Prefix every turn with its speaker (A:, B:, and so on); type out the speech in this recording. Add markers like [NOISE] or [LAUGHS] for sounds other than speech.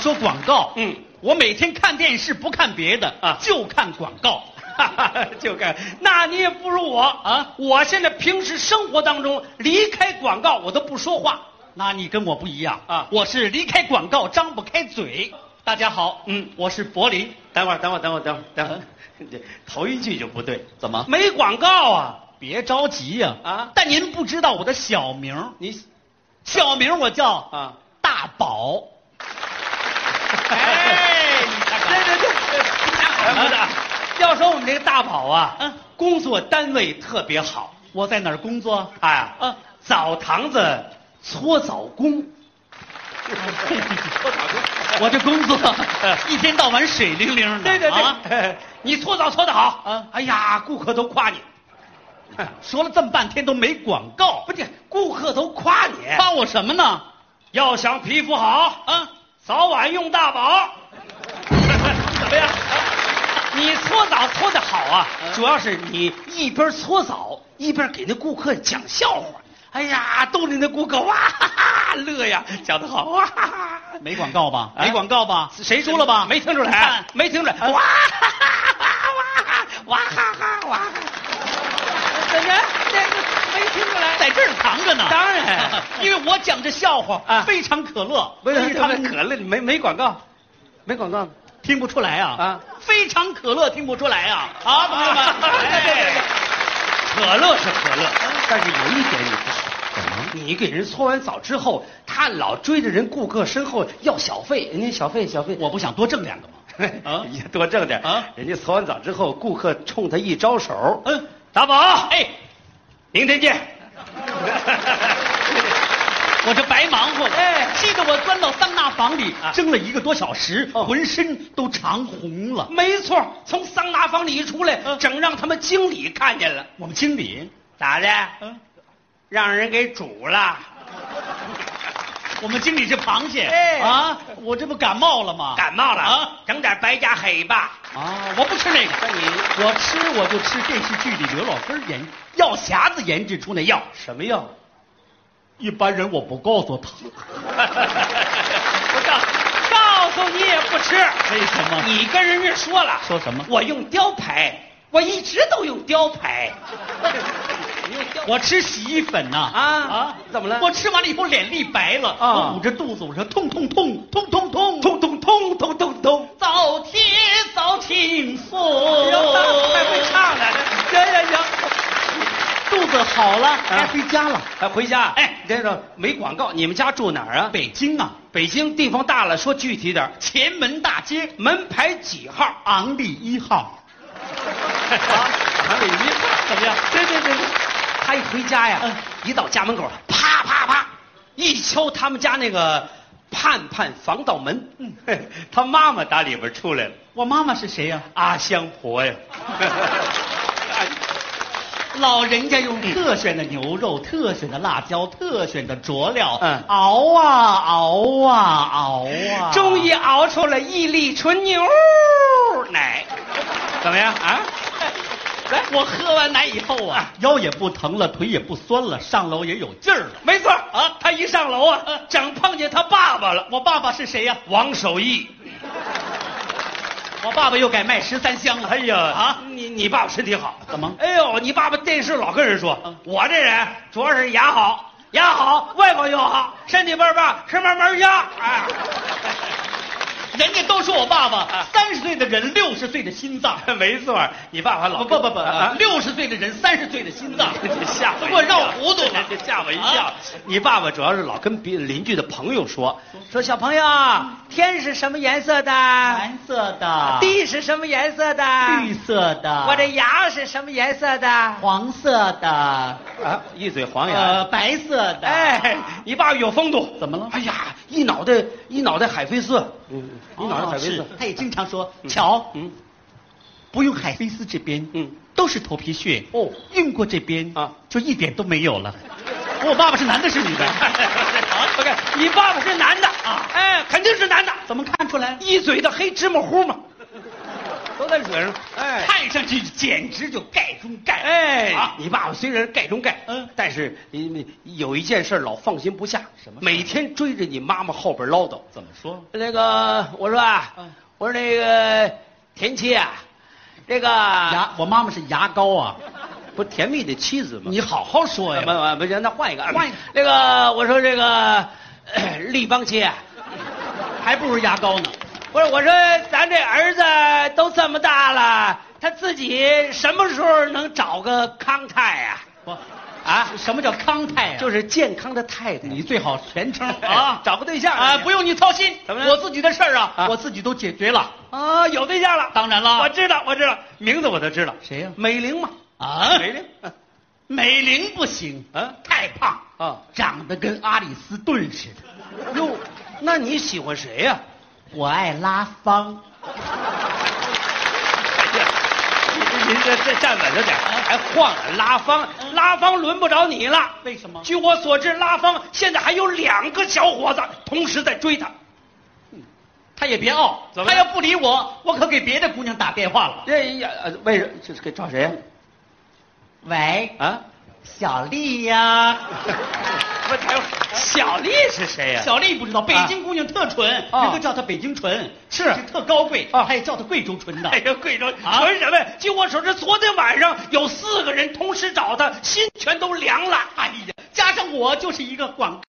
A: 说广告，
B: 嗯，
A: 我每天看电视不看别的
B: 啊
A: 就看广告。
B: [LAUGHS] 就看，那你也不如我
A: 啊
B: 我现在平时生活当中离开广告我都不说话。
A: 那你跟我不一样
B: 啊
A: 我是离开广告张不开嘴。大家好，
B: 嗯
A: 我是柏林。啊
B: 等会儿，等会儿，等会儿，等会儿，等会儿，这头一句就不对，
A: 怎么？
B: 没广告啊？
A: 别着急呀、
B: 啊
A: 但您不知道我的小名儿，
B: 你
A: 小名儿我叫
B: 啊，
A: 大宝。
B: 哎，你看哎看，对对对，太好了。要说我们这个大宝啊，
A: 嗯
B: 工作单位特别好，
A: 我在哪儿工作？
B: 他呀，
A: 啊
B: 澡堂子搓澡工，哎搓澡工，
A: [LAUGHS] 我这工作
B: 嗯
A: 一天到晚水灵灵的。
B: 对对对，
A: 啊
B: [LAUGHS] 你搓澡搓得好，
A: 啊
B: 哎呀，顾客都夸你， [LAUGHS]
A: 说了这么半天都没广告
B: 不，是顾客都夸你，
A: 夸我什么呢？
B: 要想皮肤好，
A: 啊，
B: 早晚用大 [LAUGHS] 宝，怎么样？ [LAUGHS] 你搓澡搓得好啊，主要是你一边搓澡一边给那顾客讲笑话，哎呀，逗你那顾客哇哈哈乐呀，讲得好哇哈哈。
A: 没广告吧？
B: 啊
A: 没广告吧？
B: 谁
A: 输了吧？
B: 没听出
A: 你
B: 来
A: 看，
B: 没听出来，哇哈哈哈哇哈哈哇哈哈，怎么这个没听出来？
A: 在这儿藏着呢。
B: 当然
A: [LAUGHS] 因为我讲这笑话
B: 啊
A: 非常可乐，
B: 不是
A: 非常
B: 可乐，没没广告，没广告。
A: 听不出来啊
B: 啊
A: 非常可乐听不出来啊！好，朋
B: [LAUGHS]
A: 友们，
B: 对对对对啊
A: 哎，可乐是可乐，
B: 但是有一点你不好，怎么？你给人搓完澡之后，他老追着人顾客身后要小费，人家小费小费，
A: 我不想多挣两个吗？
B: [LAUGHS] 啊
A: 啊，
B: 你多挣点啊
A: 啊！
B: 人家搓完澡之后，顾客冲他一招手，
A: 嗯，
B: 大宝，
A: 哎，
B: 明天见。
A: [LAUGHS] 我这白忙活了，
B: 哎
A: 气得我钻到桑拿房里
B: 啊
A: 蒸了一个多小时，
B: 哦
A: 浑身都长红了。
B: 没错，从桑拿房里一出来，
A: 嗯
B: 整让他们经理看见了，
A: 我们经理，
B: 咋的？
A: 嗯，
B: 让人给煮了。
A: [LAUGHS] 我们经理是螃蟹，
B: 哎
A: 啊，我这不感冒了吗？
B: 感冒了
A: 啊
B: 啊，整点白加黑吧。
A: 啊，我不吃那个。
B: 那你
A: 我吃我就吃电视剧里刘老根儿研药匣子研制出那药，
B: 什么药？
A: 一般人我不告诉他，
B: 我告告诉你也不吃。
A: 为什么？
B: 你跟人家说了
A: 说什么
B: 我用雕牌，我一直都用雕牌。你用雕
A: 我吃洗衣粉呐
B: 啊怎么了
A: 我吃完了以后脸立白了
B: 啊
A: 我捂着肚子我说痛痛痛痛痛痛
B: 通通通通通通。
A: 早贴早清风，
B: 太会唱了，行行行。
A: 肚子好了
B: 啊
A: 该回家了。
B: 哎，回家。
A: 哎
B: 哎，这个没广告，你们家住哪儿啊？
A: 北京啊，
B: 北京地方大了，说具体点儿，
A: 前门大街
B: 门牌几号？
A: 昂立一
B: [LAUGHS]
A: 号，啊
B: 韩伟一
A: 怎么样？
B: 对对对对，他一回家呀
A: 嗯，
B: 一到家门口，啪啪啪，一敲他们家那个盼盼防盗门。嗯， [LAUGHS] 他妈妈打里边出来了，
A: 我妈妈是谁呀、
B: 阿香婆 [LAUGHS] 呀。
A: 老人家用特选的牛肉、特选的辣椒、特选的佐料，
B: 嗯
A: 熬啊熬啊熬啊，
B: 终于熬出了一粒纯牛奶，怎么样啊？来，
A: 我喝完奶以后啊，腰也不疼了，腿也不酸了，上楼也有劲儿了。
B: 没错啊，他一上楼
A: 嗯
B: 啊，正碰见他爸爸了，
A: 我爸爸是谁呀、
B: 王守义。
A: 我爸爸又改卖十三香了。
B: 哎呀
A: 啊，
B: 你你爸爸身体好？
A: 怎么
B: 哎呦，你爸爸电视老跟人说，
A: 嗯
B: 我这人主要是哎牙好，牙好，外貌又好，身体倍儿棒，吃嘛嘛香。哎，
A: [LAUGHS] 人家都说我爸爸
B: 啊
A: 三十岁的人六十岁的心脏，
B: [LAUGHS] 没错儿，你爸爸老
A: 不不不不
B: 啊，
A: 六十岁的人三十岁的心
B: [LAUGHS]
A: 脏，
B: 这吓我一跳
A: 给我绕糊涂
B: [LAUGHS]
A: 了
B: 这吓我一跳
A: 啊。
B: 你爸爸主要是老跟别邻居的朋友说，说小朋友，啊天是什么颜色的？
A: 蓝色的、
B: 地是什么颜色的？
A: 绿色的，
B: 啊我这牙是什么颜色的？
A: 黄色的。
B: 啊，一嘴黄
A: 呃，白色的。
B: 哎，你爸爸有风度，
A: 怎么了
B: 哎呀，一脑袋一脑袋海飞丝，嗯，一
A: 哦，
B: 脑袋海飞丝
A: 是，他也经常说，瞧，
B: 嗯
A: 不用海飞丝这边，
B: 嗯
A: 嗯，都是头皮屑
B: 哦
A: 哦，用过这边
B: 啊
A: 啊，就一点都没有了。我爸爸是男的，是女 [LAUGHS] 的？
B: 我看你爸爸是男的啊，哎，肯定是男的，
A: 怎么看出来？
B: 一嘴的黑芝麻糊嘛，
A: 都在水上。哎，
B: 看上去简直就盖中盖。
A: 哎，
B: 啊
A: 你爸爸虽然盖中盖，
B: 嗯
A: 但是你你有一件事老放心不下，
B: 什么事
A: 每天追着你妈妈后边唠叨。
B: 怎么说？
A: 那个，我说啊，
B: 嗯
A: 我说那个田七啊，这个
B: 牙，我妈妈是牙膏啊。
A: 啊不甜蜜的妻子吗？
B: 你好好说呀
A: 不。不不行，那换一个，
B: 换一个
A: 那个，我说这个呃立邦妻啊，
B: 还不如牙膏呢。
A: 不是，我说咱这儿子都这么大了，他自己什么时候能找个康泰啊？
B: 不，
A: 啊，
B: 什么叫康泰呀、
A: 就是是健康的太太。
B: 你最好全称
A: 啊
B: 啊，
A: 找个对象
B: 啊，
A: 你
B: 不用你操心，
A: 怎么了
B: 我自己的事儿啊
A: 啊
B: 我自己都解决了。
A: 啊，有对象了。
B: 当然了，
A: 我知道，我知道，名字我都知道。
B: 谁呀
A: 美玲嘛，
B: 啊，
A: 美玲。
B: [LAUGHS] 美玲不行
A: 啊
B: 太胖
A: 啊
B: 长得跟阿里斯顿似的。
A: 哟，那你喜欢谁呀、
B: 我爱拉芳，
A: 您这这站稳了点，还晃拉芳，拉芳轮不着你了。
B: 为什么
A: 据我所知，拉芳现在还有两个小伙子同时在追她。
B: 嗯他也别傲
A: 怎，么
B: 他
A: 了
B: 要不理我，我可给别的姑娘打电话了。
A: 这呀，呃为什这是给找谁呀、
B: 喂，
A: 啊？
B: 小丽呀、 [LAUGHS]
A: 不是，还有 [LAUGHS] 小丽是谁呀、
B: 小丽不知道，北
A: 啊
B: 京姑娘特纯，
A: 啊
B: 人都叫她北京纯，
A: 是
B: 特高贵，
A: 啊
B: 还叫她贵州纯的
A: 哎。呀，贵州
B: 啊
A: 纯什么呀？据我所知，昨天晚上有四个人同时找她，心全都凉了。
B: 哎呀，加上我就是一个广